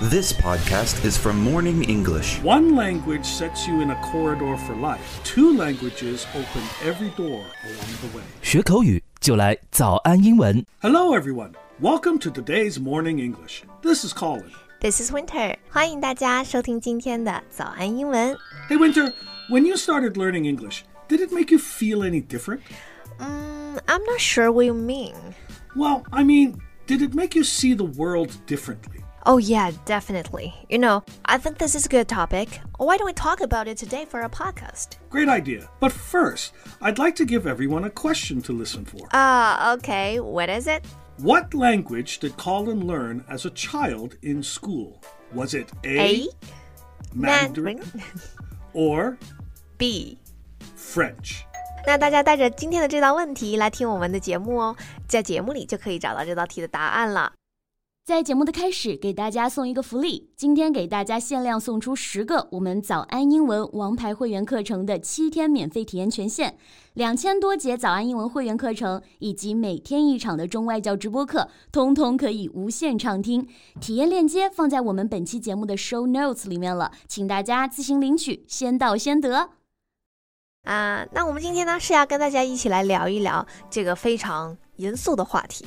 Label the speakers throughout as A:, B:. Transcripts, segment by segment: A: This podcast is from Morning English.
B: One language sets you in a corridor for life. Two languages open every door along the way.
C: 学口语就来早安英文。
B: Hello, everyone. Welcome to today's Morning English. This is Colin.
D: This is Winter，欢迎大家收听今天的早安英文。
B: Hey, Winter, when you started learning English, did it make you feel any different?
D: 嗯，I'm not sure what you mean.
B: Well, I mean, did it make you see the world differently?
D: Oh yeah, definitely. You know, I think this is a good topic. Why don't we talk about it today for a podcast?
B: Great idea. But first, I'd like to give everyone a question to listen for.
D: Ah, okay. What is it?
B: What language did Colin learn as a child in school? Was it A, Mandarin, or
D: B.
B: French?
D: 那大家带着今天的这道问题来听我们的节目哦，在节目里就可以找到这道题的答案了。
E: 在节目的开始，给大家送一个福利，今天给大家限量送出十个我们早安英文王牌会员课程的七天免费体验权限，两千多节早安英文会员课程以及每天一场的中外教直播课，通通可以无限畅听。体验链接放在我们本期节目的 show notes 里面了，请大家自行领取，先到先得。
D: 啊，那我们今天呢是要跟大家一起来聊一聊这个非常严肃的话题，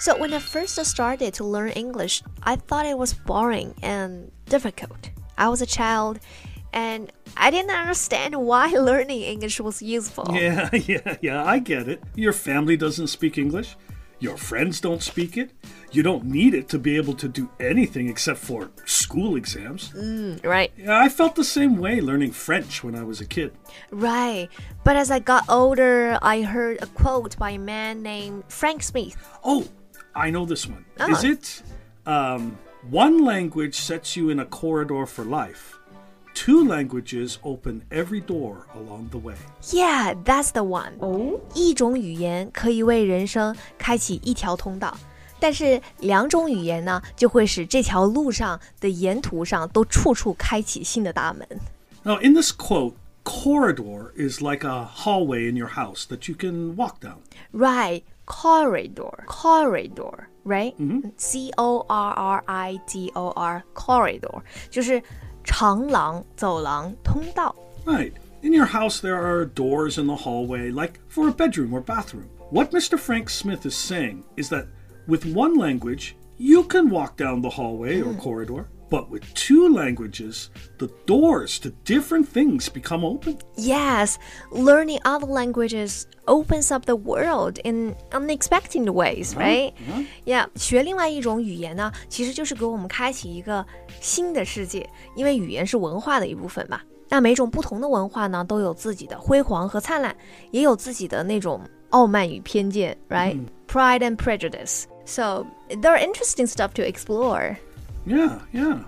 D: So when I first started to learn English, I thought it was boring and difficult. I was a child and I didn't understand why learning English was useful.
B: Yeah, yeah, yeah, I get it. Your family doesn't speak English. Your friends don't speak it. You don't need it to be able to do anything except for school exams.
D: Right?
B: Yeah, I felt the same way learning French when I was a kid.
D: Right. But as I got older, I heard a quote by a man named Frank Smith.
B: Oh, I know this one.
D: Oh.
B: Is it um, one language sets you in a corridor for life? Two languages open every door along the way.
D: Yeah, that's the one. 一种语言可以为人生开启一条通道，但是两种语言呢，就会使这条路上的沿途上都处处开启新的大门。
B: Now, in this quote, corridor is like a hallway in your house that you can walk down.
D: Right, corridor, corridor, right? C O R R I D O R, corridor 就是长廊、走廊、通道。
B: Right. In your house, there are doors in the hallway, like for a bedroom or bathroom. What Mr. Frank Smith is saying is that with one language, you can walk down the hallway or corridor, but with two languages, the doors to different things become open.
D: Yes, learning other languages opens up the world in unexpected ways, right? Yeah，学另外一种语言呢，其实就是给我们开启一个新的世界，因为语言是文化的一部分嘛。那每种不同的文化呢，都有自己的辉煌和灿烂，也有自己的那种傲慢与偏见，right? Pride and prejudice. So there are interesting stuff to explore.
B: Yeah, yeah.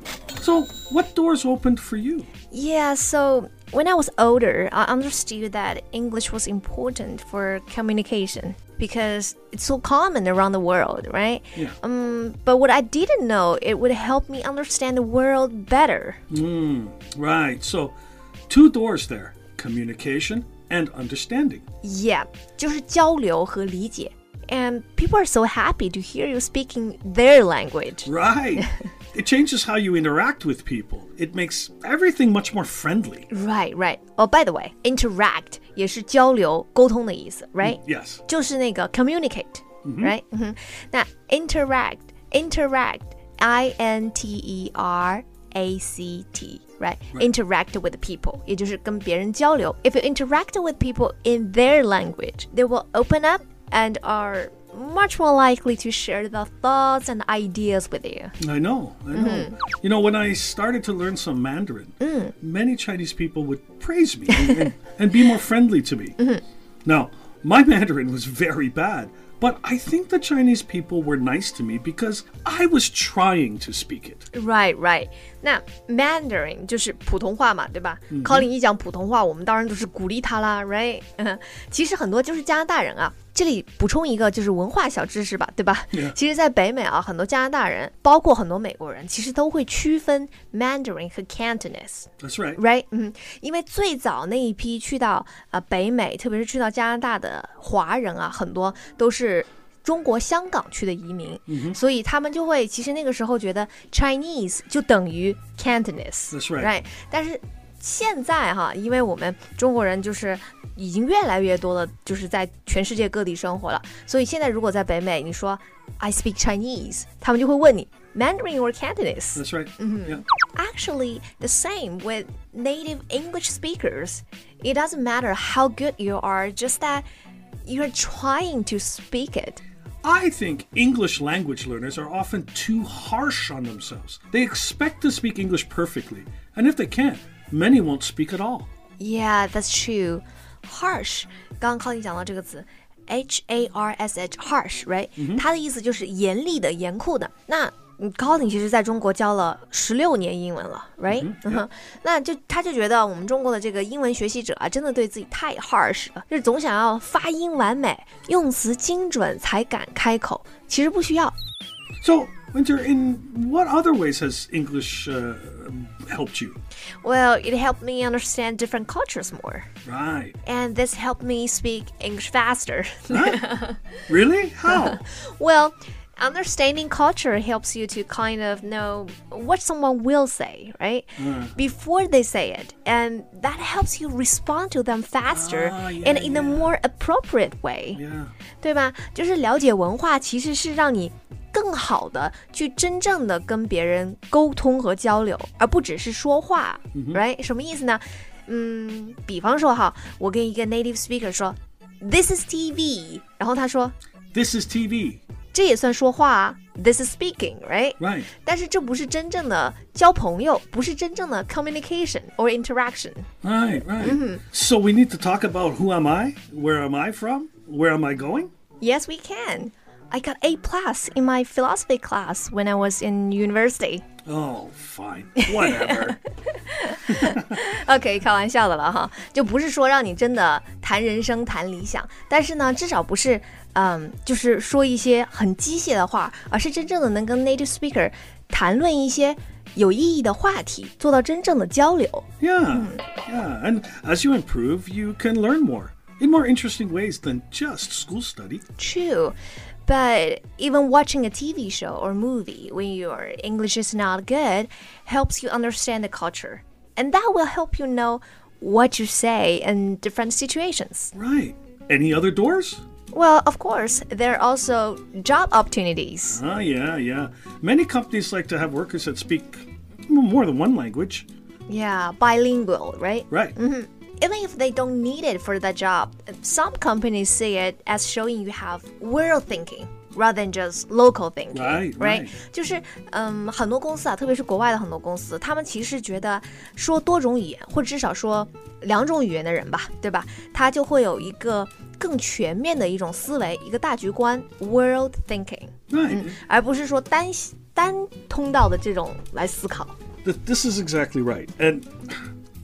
B: So, what doors opened for you?
D: Yeah, so when I was older, I understood that English was important for communication because it's so common around the world, right?
B: Yeah.
D: Um, but what I didn't know, it would help me understand the world better.
B: Right. So, two doors there communication and understanding.
D: Yeah, 就是交流和理解. And people are so happy to hear you speaking their language.
B: Right. it changes how you interact with people, it makes everything much more friendly.
D: Right, right. Oh, by the way, interact 也是交流、沟通的意思，right?
B: Yes.
D: 就是那个 communicate，、right？那 interact interact i n t e r a c t right interact with people，也就是跟别人交流。If you interact with people in their language, they will open up and are much more likely to share their thoughts and ideas with you.
B: I know, I know. You know, when I started to learn some Mandarin, many Chinese people would praise me and, and, and be more friendly to me. Now, my Mandarin was very bad, But I think the Chinese people were nice to me because I was trying to speak it.
D: Right, right. 那 Mandarin 就是普通话嘛，对吧、c o l i n 一讲普通话，我们当然都是鼓励他啦，right？嗯， 其实很多就是加拿大人啊。这里补充一个就是文化小知识吧，对吧
B: Yeah
D: 其实，在北美啊，很多加拿大人，包括很多美国人，其实都会区分 Mandarin 和 Cantonese。
B: That's right.
D: right？嗯，因为最早那一批去到呃北美，特别是去到加拿大的华人啊，很多都是。中国香港去的移民，
B: 嗯
D: 所以他们就会其实那个时候觉得 Chinese 就等于 Cantonese，
B: That's right
D: 但是现在哈，因为我们中国人就是已经越来越多的，就是在全世界各地生活了，所以现在如果在北美你说 I speak Chinese，他们就会问你 Mandarin or Cantonese，
B: That's right. Yeah.
D: actually the same with native English speakers. It doesn't matter how good you are, just that you're trying to speak it.
B: I think English language learners are often too harsh on themselves. They expect to speak English perfectly, and if they can't, many won't speak at all.
D: Yeah, that's true. Harsh，刚刚 Colin 讲到这个词，H A R S H harsh，right？、它的意思就是严厉的、严酷的。那嗯 Colin 其实在中国教了十六年英文了，right？、嗯哼，那就他就觉得我们中国的这个英文学习者啊，真的对自己太 harsh 了，就是总想要发音完美、用词精准才敢开口。其实不需要。
B: So, Winter, in what other ways has English uh, helped you?
D: Well, it helped me understand different cultures more,
B: Right.
D: and this helped me speak English faster.
B: Really? How?
D: Well, understanding culture helps you to kind of know what someone will say, right?
B: Mm.
D: Before they say it. And that helps you respond to them faster
B: Ah, yeah,
D: and in a
B: yeah.
D: more appropriate way.
B: yeah.
D: 对吧？就是了解文化，其实是让你更好的去真正的跟别人沟通和交流，而不只是说话、r i g h t 什么意思呢？嗯，比方说哈，我跟一个 native speaker 说，This is TV，然后他说
B: This is TV.
D: 这也算说话啊，This is speaking，right？
B: Right.
D: 但是这不是真正的交朋友，不是真正的 communication or interaction。
B: Right, right. So we need to talk about who am I? Where am I from? Where am I going?
D: Yes, we can. I got A plus in my philosophy class when I was in university.
B: Oh, fine. Whatever.
D: OK，开玩笑的了哈，就不是说让你真的谈人生、谈理想，但是呢，至少不是嗯，就是说一些很机械的话，而是真正的能跟 native speaker 谈论一些有意义的话题，做到真正的交流。
B: yeah, yeah. And as you improve, you can learn more in more interesting ways than just school study.
D: True. But even watching a TV show or movie when your English is not good helps you understand the culture. And that will help you know what you say in different situations.
B: Right. Any other doors?
D: Well, of course, there are also job opportunities.
B: Ah, yeah, yeah. Many companies like to have workers that speak more than one language.
D: Yeah, bilingual, right? Mm-hmm.
B: Right.
D: Even if they don't need it for that job, some companies see it as showing you have world thinking rather than just local thinking.
B: Right,
D: right.
B: right.
D: 就是嗯，很多公司啊，特别是国外的很多公司，他们其实觉得说多种语言，或者至少说两种语言的人吧，对吧？他就会有一个更全面的一种思维，一个大局观 （world thinking），
B: Right.
D: 而不是说单单通道的这种来思考。
B: Th- this is exactly right. And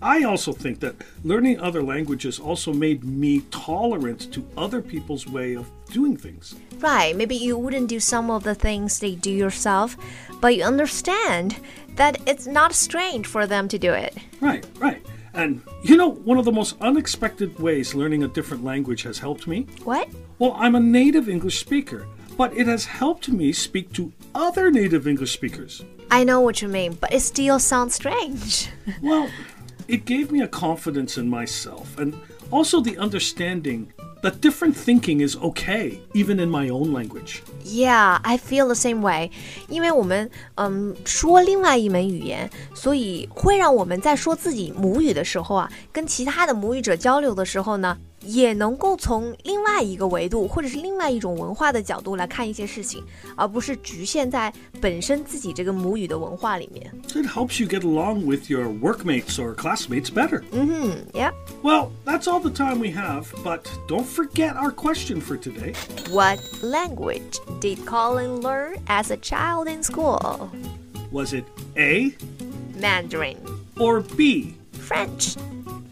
B: I also think that learning other languages also made me tolerant to other people's way of doing things.
D: Right, maybe you wouldn't do some of the things they do yourself, but you understand that it's not strange for them to do it.
B: Right, right. And you know, one of the most unexpected ways learning a different language has helped me?
D: What?
B: Well, I'm a native English speaker, but it has helped me speak to other native English speakers.
D: I know what you mean, but it still sounds strange.
B: Well, it gave me a confidence in myself and also the understanding that different thinking is okay, even in my own language.
D: Yeah, I feel the same way. 因为我们嗯说另外一门语言，所以会让我们在说自己母语的时候啊，跟其他的母语者交流的时候呢，也能够从另外一个维度或者是另外一种文化的角度来看一些事情，而不是局限在本身自己这个母语的文化里面。
B: It helps you get along with your workmates or classmates better.
D: 嗯 Yeah.
B: Well, that's all the time we have, but don't forget our question for today.
D: What language did Colin learn as a child in school?
B: Was it A
D: Mandarin,
B: or B?
D: French.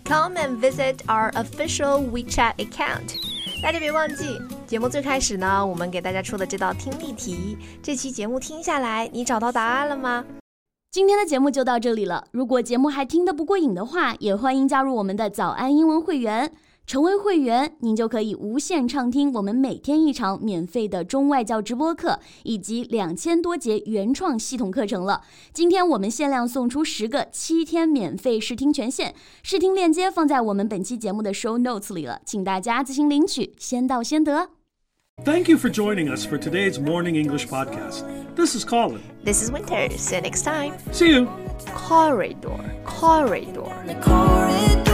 D: Come and visit our official WeChat account. 大家别忘记，节目最开始呢，我们给大家出的这道听力题。这期节目听下来，你找到答案了吗？
E: 今天的节目就到这里了。如果节目还听得不过瘾的话，也欢迎加入我们的早安英文会员。成为会员，您就可以无限畅听我们每天一场免费的中外教直播课，以及两千多节原创系统课程了。今天我们限量送出十个七天免费试听权限，试听链接放在我们本期节目的 show notes 里了，请大家自行领取，先到先得。
B: Thank you for joining us for today's Morning English podcast. This is Colin.
D: This is Winter. See you next time.
B: See you.
D: Corridor, corridor.
F: the corridor.